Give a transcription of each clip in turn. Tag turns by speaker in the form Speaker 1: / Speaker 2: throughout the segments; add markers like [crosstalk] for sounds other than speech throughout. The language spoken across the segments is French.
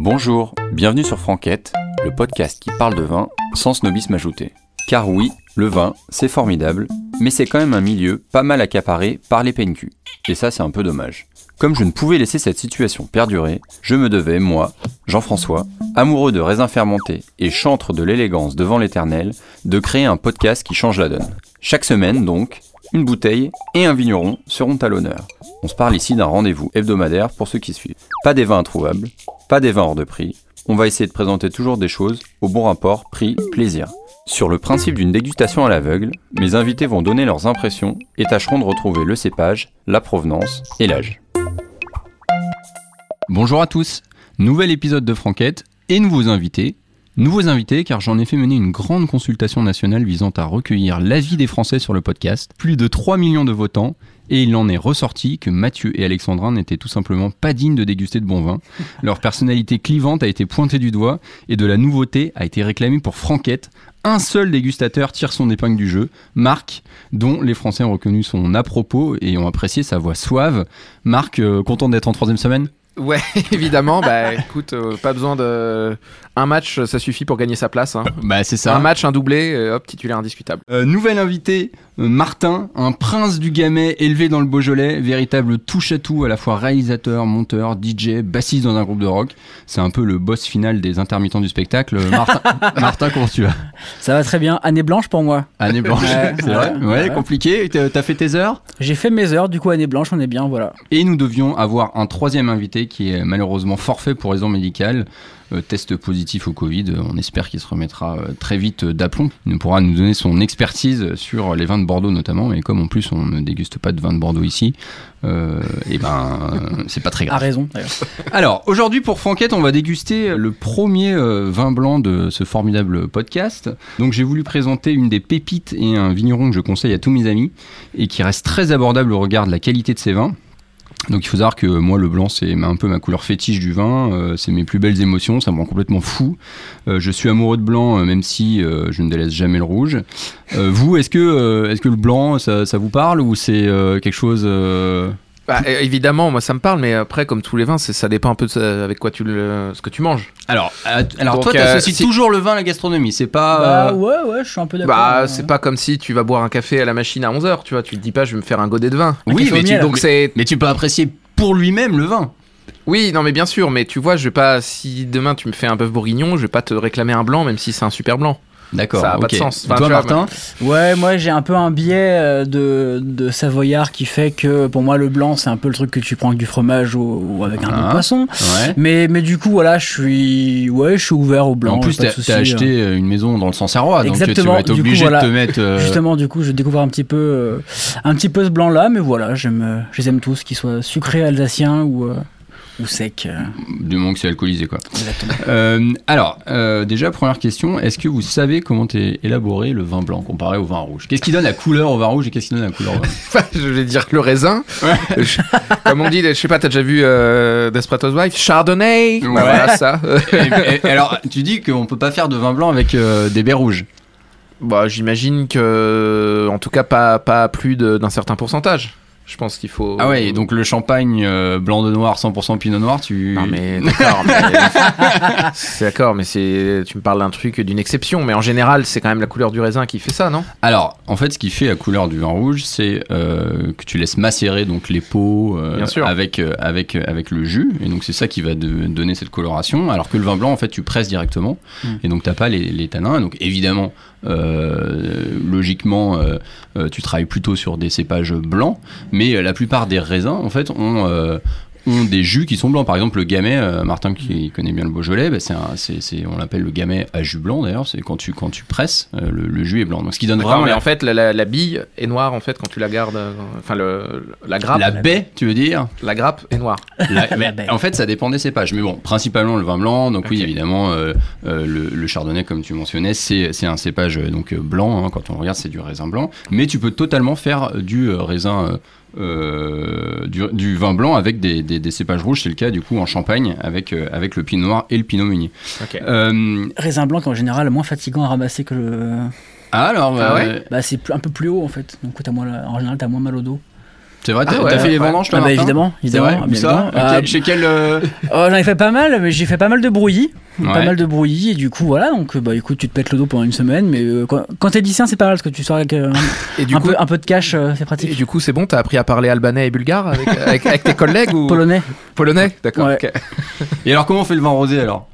Speaker 1: Bonjour, bienvenue sur Franquette, le podcast qui parle de vin sans snobisme ajouté. Car oui, le vin, c'est formidable, mais c'est quand même un milieu pas mal accaparé par les PNQ. Et ça, c'est un peu dommage. Comme je ne pouvais laisser cette situation perdurer, je me devais, moi, Jean-François, amoureux de raisins fermentés et chantre de l'élégance devant l'éternel, de créer un podcast qui change la donne. Chaque semaine, donc, une bouteille et un vigneron seront à l'honneur. On se parle ici d'un rendez-vous hebdomadaire pour ceux qui suivent. Pas des vins introuvables, pas des vins hors de prix. On va essayer de présenter toujours des choses au bon rapport prix-plaisir. Sur le principe d'une dégustation à l'aveugle, mes invités vont donner leurs impressions et tâcheront de retrouver le cépage, la provenance et l'âge. Bonjour à tous, nouvel épisode de Franquette et nouveaux invités. Nouveaux invités car j'en ai fait mener une grande consultation nationale visant à recueillir l'avis des Français sur le podcast, plus de 3 millions de votants, et il en est ressorti que Mathieu et Alexandrin n'étaient tout simplement pas dignes de déguster de bon vin. Leur personnalité clivante a été pointée du doigt et de la nouveauté a été réclamée pour Franquette. Un seul dégustateur tire son épingle du jeu, Marc, dont les Français ont reconnu son à-propos et ont apprécié sa voix suave. Marc, euh, content d'être en troisième semaine
Speaker 2: Ouais, [laughs] évidemment. Bah écoute, euh, pas besoin de. Un match, euh, ça suffit pour gagner sa place. hein.
Speaker 1: Bah c'est
Speaker 2: Un match, un doublé, euh, hop, titulaire indiscutable.
Speaker 1: Euh, nouvel invité, euh, Martin, un prince du gamet élevé dans le Beaujolais, véritable touche-à-tout à la fois réalisateur, monteur, DJ, bassiste dans un groupe de rock. C'est un peu le boss final des intermittents du spectacle. Euh, [laughs] Martin, Martin comment tu vas
Speaker 3: Ça va très bien. Année blanche pour moi.
Speaker 1: Année blanche,
Speaker 3: Ouais,
Speaker 1: [laughs] c'est vrai
Speaker 3: ouais,
Speaker 1: Ouais,
Speaker 3: ouais.
Speaker 1: compliqué. Et T'as t'as fait tes heures
Speaker 3: J'ai fait mes heures, du coup, année blanche, on est bien, voilà.
Speaker 1: Et nous devions avoir un troisième invité qui est malheureusement forfait pour raison médicale. Euh, test positif au Covid, Euh, on espère qu'il se remettra euh, très vite euh, d'aplomb. Il nous pourra nous donner son expertise sur les vins de Bordeaux notamment, et comme en plus on ne déguste pas de vins de Bordeaux ici, euh, et ben euh, c'est pas très
Speaker 3: À
Speaker 1: grave.
Speaker 3: raison, d'ailleurs.
Speaker 1: Alors aujourd'hui pour Franquette, on va déguster le premier euh, vin blanc de ce formidable podcast. Donc j'ai voulu présenter une des pépites et un vigneron que je conseille à tous mes amis et qui reste très abordable au regard de la qualité de ses vins. Donc il faut savoir que euh, moi le blanc c'est ma- un peu ma couleur fétiche du vin, euh, c'est mes plus belles émotions, ça me rend complètement fou. Euh, je suis amoureux de blanc euh, même si euh, je ne délaisse jamais le rouge. Euh, vous est-ce que euh, est-ce que le blanc ça, ça vous parle ou c'est euh, quelque chose euh,
Speaker 2: Bah euh, évidemment, moi ça me parle, mais après, comme tous les vins, c'est- ça dépend un peu de ça- avec quoi tu le... ce que tu manges.
Speaker 1: Alors, à- alors
Speaker 2: Donc,
Speaker 1: toi, t'associes
Speaker 2: euh, si-
Speaker 1: toujours le vin à la gastronomie, c'est pas. euh,
Speaker 3: Bah, ouais, ouais, je suis un peu d'accord.
Speaker 2: Bah,
Speaker 3: hein.
Speaker 2: c'est pas comme si tu vas boire un café à la machine à 11h, tu vois. Tu te dis pas, je vais me faire un godet de vin.
Speaker 1: Oui,
Speaker 2: mais
Speaker 3: mais
Speaker 2: tu-
Speaker 3: miel.
Speaker 2: donc c'est.
Speaker 1: Ah, Mais tu peux apprécier pour lui-même le vin.
Speaker 2: Oui, non, mais bien sûr, mais tu vois, je vais pas. Si demain tu me fais un bœuf bourguignon, je vais pas te réclamer un blanc, même si c'est un super blanc. [laughs]
Speaker 1: D'accord.
Speaker 2: Ça a pas
Speaker 1: ok.
Speaker 2: de sens. Enfin,
Speaker 1: toi,
Speaker 2: tu vois,
Speaker 1: Martin,
Speaker 3: Ouais, moi, j'ai un peu un biais euh, de, de savoyard qui fait que, pour moi, le blanc, c'est un peu le truc que tu prends avec du fromage ou, ou avec un bon
Speaker 1: Ah.
Speaker 3: poisson.
Speaker 1: ouais.
Speaker 3: Mais, mais du coup, voilà, je suis. Ouais, je suis ouvert au blanc.
Speaker 1: en plus,
Speaker 3: pas de
Speaker 1: t'as
Speaker 3: souci,
Speaker 1: t'as
Speaker 3: euh.
Speaker 1: acheté euh, une maison dans le Sansarois, donc tu
Speaker 3: Exactement,
Speaker 1: vas être
Speaker 3: du coup,
Speaker 1: obligé
Speaker 3: voilà.
Speaker 1: de te mettre. euh,
Speaker 3: Justement, du coup, je découvre un petit peu, euh, un petit peu ce blanc-là, mais voilà, j'aime, euh, je les aime tous, qu'ils soient sucrés alsaciens ou, euh, ou secs. euh,
Speaker 1: Du moment que c'est alcoolisé, quoi.
Speaker 3: exactement.
Speaker 1: Euh, alors, euh, déjà, première question est-ce que vous savez comment est élaboré le vin blanc comparé au vin rouge Qu'est-ce qui donne la couleur au vin rouge et qu'est-ce qui donne la couleur au vin
Speaker 2: Enfin, je vais dire le raisin. [laughs] Je- comme on dit, je sais pas, t'as déjà vu euh, Desperate Housewives Chardonnay Bah,
Speaker 1: Ouais.
Speaker 2: Voilà ça.
Speaker 1: Et- et- Alors, tu dis qu'on peut pas faire de vin blanc avec euh, des baies rouges.
Speaker 2: bah, j'imagine que, euh, en tout cas, pas, pas plus de- d'un certain pourcentage. Je pense qu'il faut.
Speaker 1: Ah ouais, donc le champagne euh, blanc de noir, 100% pinot noir, tu.
Speaker 2: Non mais d'accord, mais... [laughs] c'est d'accord, mais c'est tu me parles d'un truc, d'une exception, mais en général c'est quand même la couleur du raisin qui fait ça, non
Speaker 1: Alors, en fait, ce qui fait la couleur du vin rouge, c'est euh, que tu laisses macérer donc les peaux euh,
Speaker 2: Bien sûr.
Speaker 1: avec euh, avec euh, avec le jus, et donc c'est ça qui va de- donner cette coloration. Alors que le vin blanc, en fait, tu presses directement,
Speaker 3: Mm.
Speaker 2: Hmm.
Speaker 1: et donc t'as pas les, les tanins. Donc évidemment, euh, logiquement, euh, euh, tu travailles plutôt sur des cépages blancs, mais euh, la plupart des raisins, en fait, ont euh, ont des jus qui sont blancs. Par exemple, le gamay, euh, Martin qui connaît bien le Beaujolais, bah, c'est un- c'est- c'est- on l'appelle le gamay à jus blanc d'ailleurs. C'est quand tu, quand tu presses, euh, le, le jus est blanc. Donc ce qui donne
Speaker 2: D'accord,
Speaker 1: vraiment
Speaker 2: mais
Speaker 1: la,
Speaker 2: en fait la, la- la bille est noire en fait quand tu la gardes, euh, enfin le, la grappe,
Speaker 1: la
Speaker 2: la...
Speaker 1: baie, tu veux dire
Speaker 2: grappe est noire.
Speaker 1: La-
Speaker 3: [laughs] La
Speaker 1: mais
Speaker 3: baie.
Speaker 1: En fait, ça dépend des cépages. Mais bon, principalement le vin blanc. Donc oui,
Speaker 2: Ok.
Speaker 1: évidemment, euh, euh, le, le chardonnay, comme tu mentionnais, c'est c'est un cépage euh, donc euh, blanc. hein. quand on regarde, c'est du raisin blanc. Mais tu peux totalement faire du euh, raisin. euh, euh, du, du vin blanc avec des, des- des cépages rouges, c'est le cas du coup en Champagne avec, euh, avec le Pinot Noir et le Pinot Meunier.
Speaker 2: Ok.
Speaker 1: Euh,
Speaker 3: Raisin blanc en général moins fatigant à ramasser que le.
Speaker 1: alors,
Speaker 2: Ah
Speaker 1: euh,
Speaker 3: Bah c'est plus- un peu plus haut en fait. Donc t'as moins la- en général t'as moins mal au dos.
Speaker 1: C'est vrai, t'as
Speaker 2: Ah ouais,
Speaker 1: t'as fait les
Speaker 2: ouais.
Speaker 1: vendanges, toi
Speaker 3: Ah bah
Speaker 1: Martin
Speaker 3: évidemment,
Speaker 1: C'est
Speaker 3: évidemment.
Speaker 1: vrai,
Speaker 3: bien
Speaker 1: où ça
Speaker 3: évidemment. Ah,
Speaker 1: Quel- Chez quel. euh,
Speaker 3: Oh, j'en ai fait pas mal, mais j'ai fait pas mal de brouillis. [laughs] Pas
Speaker 1: Ouais.
Speaker 3: mal de brouillis, et du coup, voilà. Donc, euh, bah écoute, tu te pètes le dos pendant une semaine, mais euh, quand, quand t'es lycéen, c'est pas mal parce que tu sors avec euh,
Speaker 2: Et du
Speaker 3: un,
Speaker 2: coup,
Speaker 3: peu, un peu de cash, euh, c'est pratique.
Speaker 2: et du coup, c'est bon, t'as appris à parler albanais et bulgare avec, avec- avec tes collègues ou
Speaker 3: Polonais.
Speaker 2: polonais D'accord.
Speaker 3: Ouais.
Speaker 2: ok.
Speaker 1: Et alors, comment on fait le vin rosé alors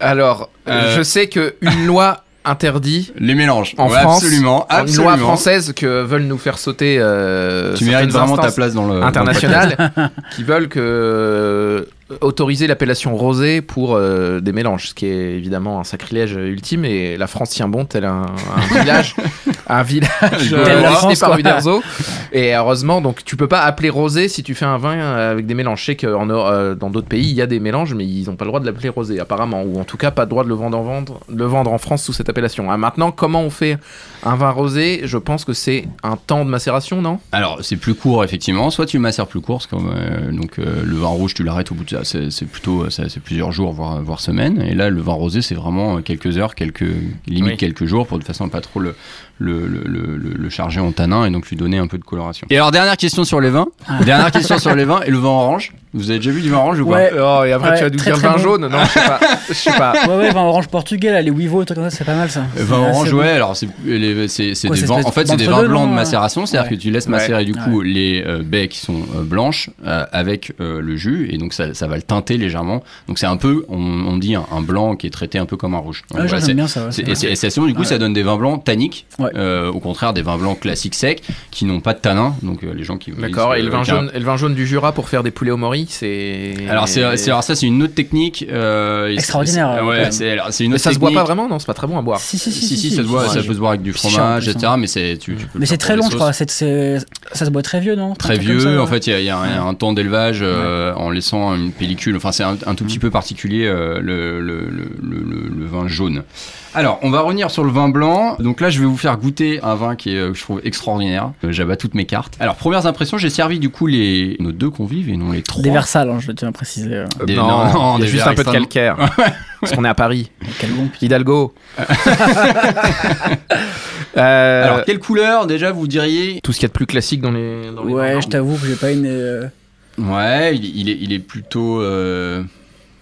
Speaker 2: Alors,
Speaker 1: Euh.
Speaker 2: je sais que une loi interdit
Speaker 1: Les mélanges.
Speaker 2: en
Speaker 1: Ouais,
Speaker 2: France,
Speaker 1: Absolument.
Speaker 2: une
Speaker 1: absolument.
Speaker 2: loi française que veulent nous faire sauter. euh,
Speaker 1: Tu mérites
Speaker 2: certaines
Speaker 1: vraiment ta
Speaker 2: instances
Speaker 1: place euh, dans le.
Speaker 2: internationales [laughs] qui veulent que euh, autoriser l'appellation rosé pour euh, des mélanges, ce qui est évidemment un sacrilège ultime. Et la France tient bon, tel un, un
Speaker 1: [laughs]
Speaker 2: village, un village [laughs]
Speaker 1: Telle la
Speaker 2: dessiné
Speaker 3: France,
Speaker 2: par
Speaker 3: quoi.
Speaker 2: Uderzo. Et euh, heureusement, donc tu peux pas appeler rosé si tu fais un vin euh, avec des mélanges. Je sais que en, Euro- euh, dans d'autres pays, il y a des mélanges, mais ils n'ont pas le droit de l'appeler rosé, apparemment, ou en tout cas pas le droit de le vendre en vendre, de le vendre en France sous cette appellation. Ah, maintenant, comment on fait un vin rosé Je pense que c'est un temps de macération, non
Speaker 1: Alors, c'est plus court, effectivement. Soit tu macères plus court, parce que, euh, donc euh, le vin rouge, tu l'arrêtes au bout de ça. C'est c'est plutôt, euh, ça, c'est plusieurs jours, voire, voire semaines. Et là, le vin rosé, c'est vraiment euh, quelques heures, quelques limite
Speaker 2: Oui.
Speaker 1: quelques jours, pour de façon à pas trop le, le, le, le- le- le charger en tanin et donc lui donner un peu de coloration. Et alors, dernière question sur les vins.
Speaker 2: Ah.
Speaker 1: Dernière question sur les vins et le vin orange. Vous avez déjà vu du vin orange ou pas
Speaker 3: Ouais.
Speaker 2: Oh, et après
Speaker 3: Ouais,
Speaker 2: tu vas nous
Speaker 3: très,
Speaker 2: dire
Speaker 3: très
Speaker 2: vin
Speaker 3: bon.
Speaker 2: jaune Non, je sais pas. Je sais pas.
Speaker 3: [laughs] Ouais, ouais, vin orange portugais, là, les Wivo et trucs comme ça, c'est pas mal ça.
Speaker 1: Euh,
Speaker 3: Ah, C'est
Speaker 1: Vin orange,
Speaker 3: assez bon.
Speaker 1: ouais, alors c'est les- c'est- c'est
Speaker 3: Ouais,
Speaker 1: des
Speaker 3: c'est
Speaker 1: vins,
Speaker 3: espèce
Speaker 1: en fait, c'est des
Speaker 3: d'entre-deux,
Speaker 1: vins blancs
Speaker 3: non,
Speaker 1: de
Speaker 3: euh,
Speaker 1: macération, c'est-à-dire
Speaker 3: ouais.
Speaker 1: que tu laisses
Speaker 2: Ouais.
Speaker 1: macérer du coup les euh, baies qui sont euh, blanches euh, avec euh, le jus et donc ça, ça va le teinter légèrement. Donc c'est un peu, on, on dit, un, un blanc qui est traité un peu comme un rouge. Donc,
Speaker 3: Ouais,
Speaker 1: voilà,
Speaker 3: Ah, j'aime
Speaker 1: c'est-
Speaker 3: bien ça. ouais,
Speaker 1: c'est-
Speaker 3: c'est
Speaker 1: et c'est- et c'est sinon, du coup,
Speaker 3: Ouais.
Speaker 1: ça donne des vins blancs tanniques,
Speaker 3: Ouais.
Speaker 1: euh, au contraire des vins blancs classiques secs qui n'ont pas de tanin. Donc euh, les gens qui
Speaker 2: D'accord,
Speaker 1: disent
Speaker 2: et le
Speaker 1: que-
Speaker 2: vin
Speaker 1: qu'un-
Speaker 2: jaune, et le vin jaune du Jura pour faire des poulets au mori, c'est.
Speaker 1: Alors, c'est, c'est- alors ça, c'est une autre technique. euh, et-
Speaker 3: Extraordinaire,
Speaker 1: c'est-
Speaker 3: euh, quand
Speaker 1: Ouais,
Speaker 3: même.
Speaker 1: c'est, alors, c'est une
Speaker 2: Mais
Speaker 1: autre
Speaker 2: ça se boit
Speaker 1: technique.
Speaker 2: pas vraiment, non C'est pas très bon à boire.
Speaker 3: Si, si, si,
Speaker 1: Si, si, ça, se boit, ça peut se boire avec du
Speaker 3: C'est chiant,
Speaker 1: fromage,
Speaker 3: en plus,
Speaker 1: etc. Mais c'est, tu, tu peux le
Speaker 3: Mais c'est
Speaker 1: faire
Speaker 3: très
Speaker 1: pour des
Speaker 3: long, je
Speaker 1: sauces.
Speaker 3: crois. c'est- c'est- Ça se boit très vieux, non
Speaker 1: Très
Speaker 3: Un truc comme
Speaker 1: vieux,
Speaker 3: ça, euh,
Speaker 1: en
Speaker 3: ouais.
Speaker 1: fait, il y, a- il y a un, un temps d'élevage euh, en laissant une pellicule. Enfin, c'est un, un
Speaker 3: Mm.
Speaker 1: tout petit peu particulier euh, le, le- le- le- le- le vin jaune. Alors, on va revenir sur le vin blanc. Donc là, je vais vous faire goûter un vin qui est, euh, que je trouve extraordinaire. Euh, J'abats toutes mes cartes. Alors, premières impressions, j'ai servi du coup les nos deux convives et non les trois.
Speaker 3: Des Versales, hein, je tiens à préciser. euh,
Speaker 1: Des-
Speaker 2: non,
Speaker 1: non, non,
Speaker 2: il y
Speaker 1: des
Speaker 2: a juste
Speaker 1: verres
Speaker 2: un peu de
Speaker 1: extrêmement- [laughs]
Speaker 2: calcaire. Parce qu'on est à Paris.
Speaker 3: Quel bon [laughs]
Speaker 2: Hidalgo. Euh,
Speaker 1: Alors, quelle couleur déjà vous diriez
Speaker 2: tout ce qu'il y a de plus classique dans les. dans les vins
Speaker 3: Ouais, je
Speaker 2: blancs.
Speaker 3: t'avoue que j'ai pas une. euh,
Speaker 1: Ouais, il, il est, il est plutôt euh,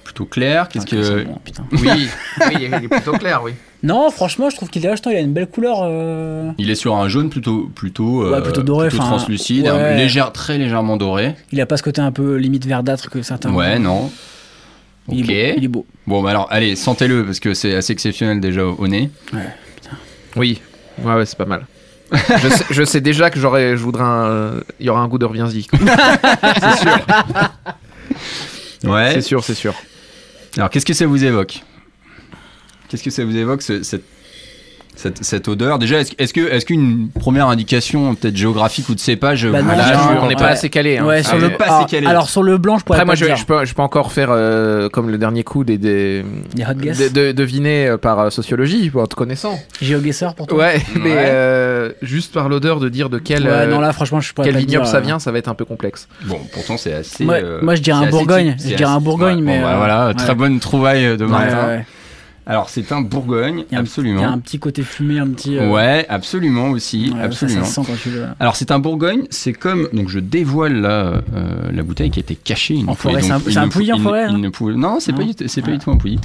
Speaker 1: plutôt clair. Qu'est-ce
Speaker 3: ah,
Speaker 1: que
Speaker 3: c'est bon, putain.
Speaker 2: Oui, oui, il est il est plutôt clair, oui.
Speaker 3: Non, franchement, je trouve qu'il est achetant, il a une belle couleur. euh,
Speaker 1: Il est sur un jaune plutôt plutôt euh,
Speaker 3: Ouais, plutôt doré, enfin,
Speaker 1: translucide,
Speaker 3: ouais.
Speaker 1: un légère- très légèrement doré.
Speaker 3: Il a pas ce côté un peu limite verdâtre que certains.
Speaker 1: Ouais, non.
Speaker 3: Il est
Speaker 1: Ok.
Speaker 3: beau, il est beau.
Speaker 1: Bon, bah alors, allez, sentez-le parce que c'est assez exceptionnel déjà au, au nez.
Speaker 2: Oui, ouais, ouais, c'est pas mal. je, sais, je sais déjà que j'aurais, je voudrais, un- il y aura un goût de reviens-y. quoi. c'est sûr,
Speaker 1: Ouais.
Speaker 3: Eh.
Speaker 2: c'est sûr, c'est sûr.
Speaker 1: Alors, qu'est-ce que ça vous évoque Qu'est-ce que ça vous évoque ce- cette cette, cette odeur déjà est-ce est-ce que est-ce qu'une première indication peut-être géographique ou de cépage
Speaker 3: Bah
Speaker 1: vous
Speaker 3: non,
Speaker 2: Ah,
Speaker 1: vient
Speaker 2: là,
Speaker 3: non,
Speaker 2: je- on
Speaker 1: quand-
Speaker 2: n'est
Speaker 3: ouais.
Speaker 2: pas assez calé. hein.
Speaker 3: Ouais, sur
Speaker 1: Ah,
Speaker 3: le
Speaker 1: il est pas
Speaker 3: alors,
Speaker 1: assez calé.
Speaker 3: alors, sur le blanc, je pourrais
Speaker 2: Après,
Speaker 3: pas
Speaker 2: moi,
Speaker 3: te
Speaker 2: je,
Speaker 3: dire.
Speaker 2: je peux, je peux encore faire euh, comme le dernier coup des, des
Speaker 3: Des hot guess.
Speaker 2: de, de- deviner euh, par euh, sociologie, en te connaissant.
Speaker 3: Géoguesseur pour toi.
Speaker 2: Ouais, mais
Speaker 1: Ouais.
Speaker 2: euh, juste par l'odeur de dire de quel,
Speaker 3: Ouais,
Speaker 2: euh,
Speaker 3: non, là, franchement, je pourrais
Speaker 2: quel
Speaker 3: pas te
Speaker 2: vignoble
Speaker 3: dire,
Speaker 2: ça
Speaker 3: euh,
Speaker 2: vient, ça va être un peu complexe.
Speaker 1: Bon, pourtant c'est assez.
Speaker 3: Ouais,
Speaker 1: euh,
Speaker 3: moi, je dirais
Speaker 1: c'est
Speaker 3: un
Speaker 1: assez
Speaker 3: Bourgogne.
Speaker 1: type-
Speaker 3: Je
Speaker 1: c'est
Speaker 3: dirais
Speaker 1: assez-
Speaker 3: un Bourgogne,
Speaker 1: Ouais,
Speaker 3: mais,
Speaker 1: bon, bah,
Speaker 3: euh,
Speaker 1: voilà,
Speaker 3: ouais.
Speaker 1: très bonne trouvaille de
Speaker 3: Ouais,
Speaker 1: Martin.
Speaker 3: ouais, ouais.
Speaker 1: Alors c'est un Bourgogne,
Speaker 3: Il y a un- Il y a
Speaker 1: absolument.
Speaker 3: un petit côté fumé, un petit. euh,
Speaker 1: Ouais, absolument aussi,
Speaker 3: ouais, ça,
Speaker 1: absolument.
Speaker 3: Ça, se sent quand tu le.
Speaker 1: Alors c'est un Bourgogne, c'est comme donc je dévoile là euh, la bouteille qui a été cachée. il ne
Speaker 3: En
Speaker 1: pouvait
Speaker 3: forêt, c'est
Speaker 1: donc-
Speaker 3: un-
Speaker 1: il
Speaker 3: c'est un
Speaker 1: ne pou-
Speaker 3: pouilly en
Speaker 1: il ne-
Speaker 3: forêt,
Speaker 1: il
Speaker 3: hein
Speaker 1: ne pouvait- Non, c'est pas
Speaker 3: Non.
Speaker 1: du t- c'est pas
Speaker 3: Ouais.
Speaker 1: du tout un pouilly.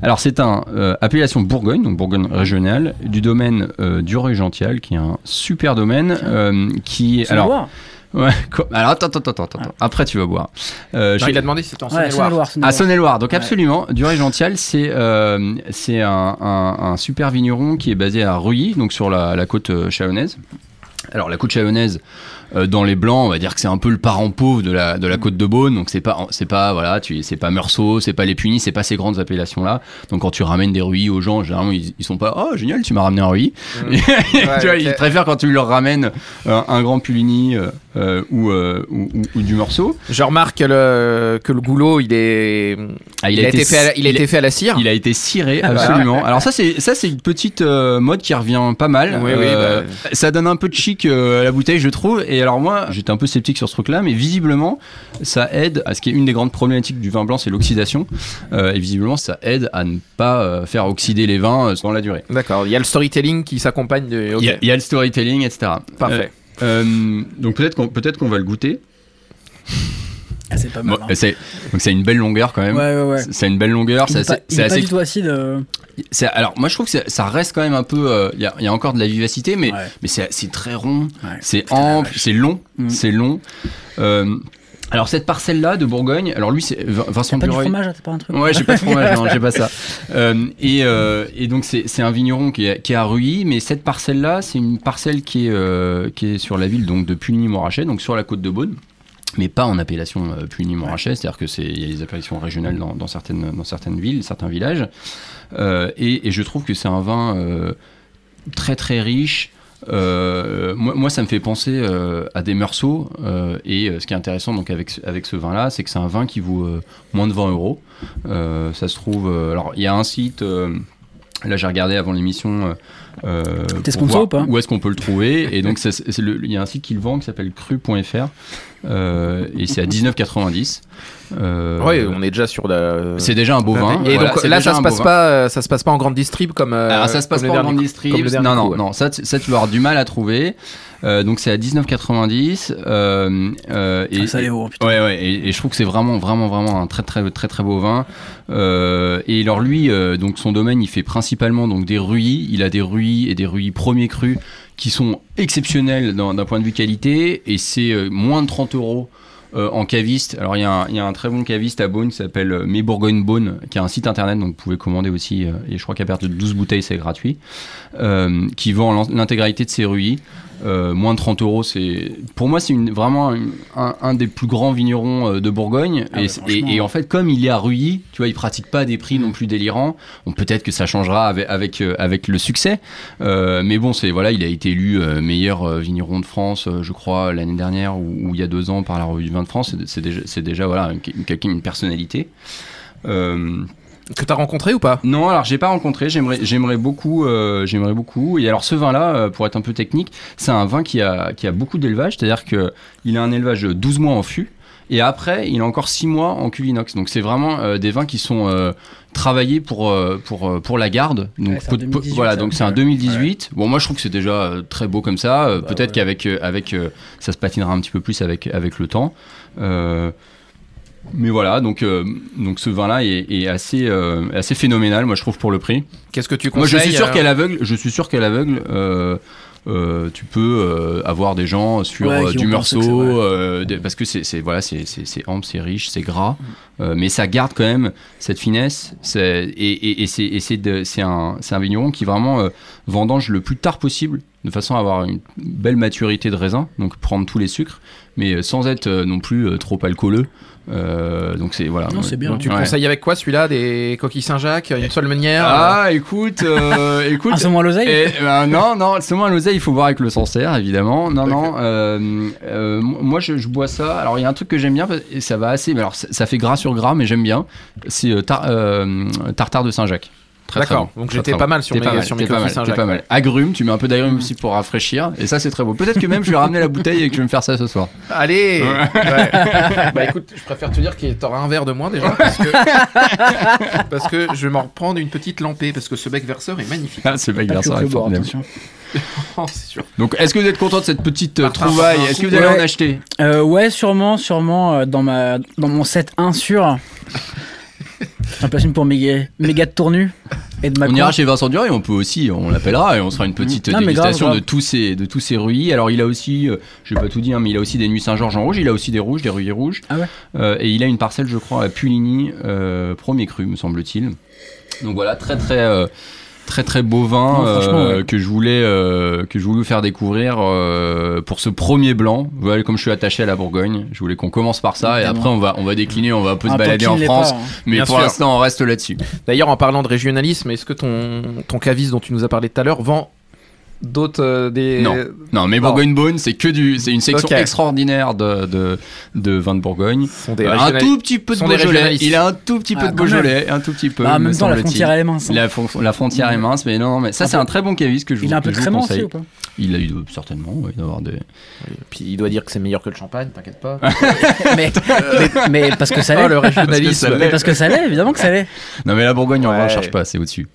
Speaker 1: Alors c'est un euh, appellation Bourgogne, donc Bourgogne régionale du domaine euh, du Régential, qui est un super domaine euh, qui
Speaker 3: Tu le
Speaker 1: alors
Speaker 3: vois
Speaker 1: ouais, [laughs] quoi- alors attends attends attends attends, attends. après tu vas boire. Euh,
Speaker 2: Non,
Speaker 1: je-
Speaker 2: il a demandé si c'était en Saône-et-Loire.
Speaker 3: Ouais, Saône-et-Loire. Saône-et-Loire.
Speaker 1: à Saône-et-Loire, donc
Speaker 3: Ouais.
Speaker 1: absolument. Du Régential, c'est euh, c'est un, un- un super vigneron qui est basé à Ruy, donc sur la, la côte euh, chalonnaise. Alors la côte chalonnaise, euh, dans les blancs, on va dire que c'est un peu le parent pauvre de la, de la côte de Beaune. Donc c'est pas c'est pas voilà, tu c'est pas Meursault, c'est pas les Punis, c'est pas ces grandes appellations là. Donc quand tu ramènes des Ruy aux gens, généralement ils, ils sont pas oh génial, tu m'as ramené un Ruy.
Speaker 2: Mm.
Speaker 1: [laughs] tu
Speaker 2: [laughs]
Speaker 1: vois,
Speaker 2: Ouais,
Speaker 1: ils
Speaker 2: ok.
Speaker 1: préfèrent quand tu leur ramènes euh, un grand Pulini euh, euh, ou, euh, ou, ou- ou du Meursault.
Speaker 2: Je remarque que le, que le goulot, il est,
Speaker 1: Ah,
Speaker 2: il, a été fait, à la, il a
Speaker 1: il
Speaker 2: été fait à la cire.
Speaker 3: Ah.
Speaker 1: Il a été ciré,
Speaker 3: bah
Speaker 2: Voilà.
Speaker 1: absolument. Alors ça, c'est ça, c'est une petite euh, mode qui revient pas mal.
Speaker 2: Oui, oui,
Speaker 1: Euh,
Speaker 2: bah.
Speaker 1: Ça donne un peu de chic euh, à la bouteille, je trouve. Et alors moi, j'étais un peu sceptique sur ce truc-là, mais visiblement, ça aide à ce qui est une des grandes problématiques du vin blanc, c'est l'oxydation. Euh, et visiblement, ça aide à ne pas euh, faire oxyder les vins euh, dans la durée.
Speaker 2: D'accord, il y a le storytelling qui s'accompagne de. ok,
Speaker 1: Il y a- il y, a le storytelling, etc.
Speaker 2: Parfait.
Speaker 1: Euh, donc peut-être qu'on peut qu'on va le goûter.
Speaker 3: Ah, c'est pas mal.
Speaker 1: Bon, bah,
Speaker 3: hein.
Speaker 1: c'est donc c'est une belle longueur quand même.
Speaker 3: Ouais, ouais, ouais.
Speaker 1: C'est une belle longueur.
Speaker 3: Il
Speaker 1: C'est
Speaker 3: est pas,
Speaker 1: assez-
Speaker 3: il
Speaker 1: c'est
Speaker 3: est pas
Speaker 1: assez
Speaker 3: du tout acide. euh,
Speaker 1: C'est- alors moi je trouve que ça- ça reste quand même un peu euh, il y, a- il y a encore de la vivacité mais
Speaker 3: Ouais.
Speaker 1: mais c'est c'est très rond
Speaker 3: Ouais.
Speaker 1: c'est ample c'est long
Speaker 3: Mm.
Speaker 1: c'est long Euh, alors cette parcelle là de Bourgogne alors lui c'est Vin- Vincent
Speaker 3: Pas du
Speaker 1: Bureuil
Speaker 3: fromage, c'est pas un truc.
Speaker 1: Ouais, j'ai pas de fromage,
Speaker 3: [laughs]
Speaker 1: non, j'ai pas ça. Euh, et, euh, et donc, c'est c'est un vigneron qui est, qui est à Ruy, mais cette parcelle-là, c'est une parcelle qui est, euh, qui est sur la ville donc, de Puligny-Morachet, donc sur la côte de Beaune, mais pas en appellation euh, Puligny-Morachet, c'est-à-dire qu'il y a les appellations régionales dans, dans certaines, dans certaines villes, certains villages. Euh, et, et je trouve que c'est un vin euh, très très riche. Euh, moi, moi, ça me fait penser euh, à des meursault. euh, et euh, ce qui est intéressant donc avec, ce- avec ce vin-là, c'est que c'est un vin qui vaut euh, moins de 20 euros. Euh, ça se trouve. euh, alors, il y a un site. euh, là, j'ai regardé avant l'émission. euh, euh, pour
Speaker 3: sponsor
Speaker 1: voir
Speaker 3: ou pas
Speaker 1: Où est-ce qu'on peut le trouver Et
Speaker 3: [laughs]
Speaker 1: donc, ça, c'est- c'est le- il y a un site qui le vend qui s'appelle cru.fr. euh, et c'est à 19,90. Euh,
Speaker 2: Ouais, on est déjà sur la. euh,
Speaker 1: C'est déjà un beau vin.
Speaker 2: bah, Et
Speaker 1: Voilà,
Speaker 2: donc
Speaker 1: c'est
Speaker 2: là,
Speaker 1: déjà
Speaker 2: ça
Speaker 1: un
Speaker 2: se
Speaker 1: beau
Speaker 2: passe
Speaker 1: vin.
Speaker 2: pas, euh, ça se passe pas en grande distrib comme. euh,
Speaker 1: Alors ça se passe
Speaker 2: comme
Speaker 1: pas
Speaker 2: le
Speaker 1: en grande
Speaker 2: dernier- comme le
Speaker 1: distrib.
Speaker 2: dernier
Speaker 1: Non, non,
Speaker 2: coup, ouais.
Speaker 1: non. Ça, tu- ça, tu vas avoir du mal à trouver. Euh, donc c'est à 19,90. Euh, euh, et,
Speaker 3: Ah, Ça les vaut, hein, putain.
Speaker 1: Ouais, ouais, et, et je trouve que c'est vraiment, vraiment, vraiment un très, très, très, très beau vin. Euh, et alors lui, euh, donc son domaine, il fait principalement donc des ruis. Il a des ruis et des ruis premiers crus qui sont exceptionnels d'un d'un point de vue qualité. Et c'est euh, moins de 30 euros. euh, en caviste, alors il y, a un- il y a un très bon caviste à Beaune qui s'appelle euh, Mes Bourgogne Beaune, qui a un site internet, donc vous pouvez commander aussi, euh, et je crois qu'à partir de 12 bouteilles c'est gratuit, euh, qui vend l'en- l'intégralité de ses ruis. Euh, moins de 30 euros, c'est pour moi c'est une, vraiment une- un, un des plus grands vignerons euh, de Bourgogne.
Speaker 3: Ah
Speaker 1: et,
Speaker 3: ouais,
Speaker 1: c'est-
Speaker 3: franchement, Mm.
Speaker 1: et- et en fait, comme il est à Ruilly, tu vois, il pratique pas des prix non plus délirants. Bon, peut-être que ça changera avec avec, euh, avec le succès, Euh, mais bon, c'est voilà, il a été élu euh, meilleur euh, vigneron de France, euh, je crois l'année dernière ou, ou il y a deux ans par la revue du vin de France. C'est- C'est déjà, c'est déjà voilà une- une- quelqu'un une personnalité. Euh,
Speaker 2: Que t'as rencontré ou pas
Speaker 1: non, alors j'ai pas rencontré. J'aimerais, j'aimerais beaucoup, euh, j'aimerais beaucoup. Et alors ce vin-là, euh, pour être un peu technique, c'est un vin qui a, qui a beaucoup d'élevage, c'est-à-dire que il a un élevage de 12 mois en fût. Et après, il a encore 6 mois en culinox. Donc, c'est vraiment euh, des vins qui sont euh, travaillés pour, euh, pour, euh, pour la garde. Donc,
Speaker 3: Ouais, c'est un
Speaker 1: pot- pot-
Speaker 3: 2018,
Speaker 1: voilà,
Speaker 3: ça.
Speaker 1: donc c'est un
Speaker 3: Ouais.
Speaker 1: 2018. Bon, moi, je trouve que c'est déjà euh, très beau comme ça. Euh,
Speaker 3: Bah,
Speaker 1: Peut-être
Speaker 3: ouais.
Speaker 1: qu'avec euh, avec, euh, ça se patinera un petit peu plus avec, avec le temps. Euh, mais voilà, donc, euh, donc ce vin-là est, est assez, euh, assez phénoménal, moi je trouve, pour le prix.
Speaker 2: Qu'est-ce que tu
Speaker 1: Moi
Speaker 2: conseilles
Speaker 1: je suis sûr
Speaker 2: euh,
Speaker 1: qu'à l'aveugle, je suis sûr qu'à l'aveugle, euh, euh, tu peux euh, avoir des gens sur
Speaker 3: Ouais,
Speaker 1: euh,
Speaker 3: qui
Speaker 1: du
Speaker 3: vont penser que c'est
Speaker 1: morceau,
Speaker 3: vrai.
Speaker 1: euh, des- parce que c'est c'est- voilà, c'est c'est- c'est ample, c'est riche, c'est gras, euh, mais ça garde quand même cette finesse. c'est- Et, et, et c'est- et c'est de- c'est un, c'est un vigneron qui vraiment euh, vendange le plus tard possible, de façon à avoir une belle maturité de raisin, donc prendre tous les sucres, mais euh, sans être euh, non plus euh, trop alcooleux. Euh, donc c'est voilà.
Speaker 3: Non,
Speaker 1: Ouais.
Speaker 3: c'est bien.
Speaker 2: Donc tu
Speaker 1: Ouais. Eh,
Speaker 2: conseilles avec quoi celui-là Des coquilles Saint-Jacques Une seule manière euh,
Speaker 1: Ah, écoute, euh, écoute,
Speaker 3: [laughs] Un saumon à l'oseille
Speaker 1: Eh, ben, non, non, c'est moins l'oseille, il faut voir avec le Sancerre, évidemment. Non, non, euh, euh, moi je, je bois ça. Alors il y a un truc que j'aime bien, parce- et ça va assez, mais alors ça, ça fait gras sur gras, mais j'aime bien. C'est euh, tar- euh, tartare de Saint-Jacques. Très, très
Speaker 2: D'accord.
Speaker 1: bon.
Speaker 2: Donc
Speaker 1: Très,
Speaker 2: j'étais
Speaker 1: très
Speaker 2: pas
Speaker 1: bon.
Speaker 2: mal sur
Speaker 1: T'es
Speaker 2: mes-
Speaker 1: pas mal,
Speaker 2: sur mes
Speaker 1: t'es pas
Speaker 2: coquilles
Speaker 1: mal, t'es
Speaker 2: Saint-Jacques.
Speaker 1: pas mal. Agrumes, tu mets un peu d'agrumes aussi pour rafraîchir, et ça c'est très bon. Peut-être que même je vais ramener la bouteille et que je vais me faire ça ce soir.
Speaker 2: Allez Ouais. Bah écoute, je préfère te dire qu'il t'auras un verre de moins déjà, parce que, [laughs] parce que je vais m'en reprendre une petite lampée, parce que ce bec verseur est magnifique.
Speaker 1: Ah, c'est pas
Speaker 3: Pas
Speaker 1: grave,
Speaker 3: que
Speaker 1: ça
Speaker 3: au
Speaker 1: va être
Speaker 3: Clobor,
Speaker 1: formidable.
Speaker 3: attention.
Speaker 2: Oh, c'est sûr.
Speaker 1: Donc est-ce que vous êtes content de cette petite euh,
Speaker 2: Par- par- par-
Speaker 1: trouvaille Est-ce que vous allez
Speaker 3: Ouais.
Speaker 1: en acheter
Speaker 3: Euh, ouais, sûrement, sûrement euh, dans ma dans mon set
Speaker 1: [laughs]
Speaker 3: 1 sur. J'en place une pour méga, méga de tournu et de ma
Speaker 1: On ira chez Vincent Duret, on peut aussi, on l'appellera et on sera une petite
Speaker 3: Mmh. Non, mais grave,
Speaker 1: dégustation
Speaker 3: grave.
Speaker 1: de tous ces de tous ces ruis. Alors il a aussi, euh, je vais pas tout dire, mais il a aussi des nuits Saint-Georges en rouge, il a aussi des rouges, des ruis rouges.
Speaker 3: Ah ouais.
Speaker 1: Euh, et il a une parcelle, je crois, à Puligny, euh, premier cru, me semble-t-il. Donc voilà, très très euh, très très beau vin
Speaker 3: Non, franchement,
Speaker 1: euh,
Speaker 3: ouais.
Speaker 1: que je voulais euh, que je voulais vous faire découvrir euh, pour ce premier blanc. Voilà, comme je suis attaché à la Bourgogne, je voulais qu'on commence par ça et
Speaker 3: Évidemment.
Speaker 1: après on va on va décliner, on va un peu se
Speaker 3: Ah,
Speaker 1: balader
Speaker 3: tant
Speaker 1: en
Speaker 3: qu'il l'est
Speaker 1: France.
Speaker 3: pas, hein.
Speaker 1: Mais
Speaker 2: Bien
Speaker 1: pour
Speaker 2: sûr.
Speaker 1: l'instant, on reste là-dessus.
Speaker 2: D'ailleurs, en parlant de régionalisme, est-ce que ton, ton caviste dont tu nous as parlé tout à l'heure vend d'autres euh, des...
Speaker 1: Non. Non, mais
Speaker 2: Non.
Speaker 1: Bourgogne Beaune, c'est que du, c'est une section
Speaker 2: Ok.
Speaker 1: extraordinaire de, de, de vin de Bourgogne.
Speaker 2: Sont des
Speaker 1: Euh, un
Speaker 2: régionalistes.
Speaker 1: tout petit peu de
Speaker 2: sont des
Speaker 1: Beaujolais.
Speaker 2: régionalistes.
Speaker 1: Il a un tout petit peu
Speaker 3: Ah,
Speaker 1: de
Speaker 3: quand même.
Speaker 1: Beaujolais, un tout petit peu.
Speaker 3: Bah, en
Speaker 1: me
Speaker 3: même temps, la
Speaker 1: semble-t-il.
Speaker 3: frontière elle est mince. hein.
Speaker 1: La, fron- la frontière est mince, mais non, non, mais ça,
Speaker 3: Un
Speaker 1: c'est
Speaker 3: peu-
Speaker 1: un très bon caviste que je vous
Speaker 3: Il a un peu
Speaker 1: que
Speaker 3: de
Speaker 1: je vous
Speaker 3: crément
Speaker 1: conseille.
Speaker 3: aussi ou pas
Speaker 1: Il a eu de- certainement, oui, d'avoir des.
Speaker 2: Puis il doit dire que c'est meilleur que le champagne, t'inquiète pas.
Speaker 1: [laughs]
Speaker 3: mais, mais, mais parce que ça
Speaker 2: Ah,
Speaker 3: l'est.
Speaker 2: le
Speaker 1: Parce que ça
Speaker 2: régionalisme
Speaker 1: l'est.
Speaker 3: mais parce que ça l'est, évidemment que ça
Speaker 1: [laughs]
Speaker 3: l'est.
Speaker 1: Non, mais la Bourgogne, on
Speaker 2: Ouais.
Speaker 1: ne cherche pas, c'est au-dessus.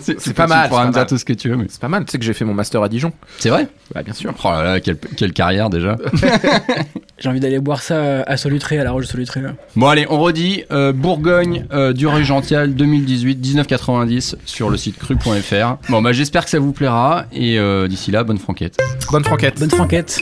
Speaker 2: C'est pas mal,
Speaker 1: Tu pourras
Speaker 2: c'est
Speaker 1: me
Speaker 2: pas
Speaker 1: dire
Speaker 2: mal.
Speaker 1: tout ce que tu veux, mais.
Speaker 2: C'est pas mal, tu sais que j'ai fait fait mon master à Dijon.
Speaker 1: C'est vrai
Speaker 2: Bah, bien sûr.
Speaker 1: Oh là là, quelle, quelle carrière déjà.
Speaker 3: J'ai envie d'aller boire ça à Solutré, à la Roche Solutré. là.
Speaker 1: Bon allez, on redit euh, Bourgogne euh, du Régential 2018 1990 sur le site cru.fr. Bon bah j'espère que ça vous plaira et euh, d'ici là bonne franquette.
Speaker 2: Bonne franquette.
Speaker 3: Bonne franquette.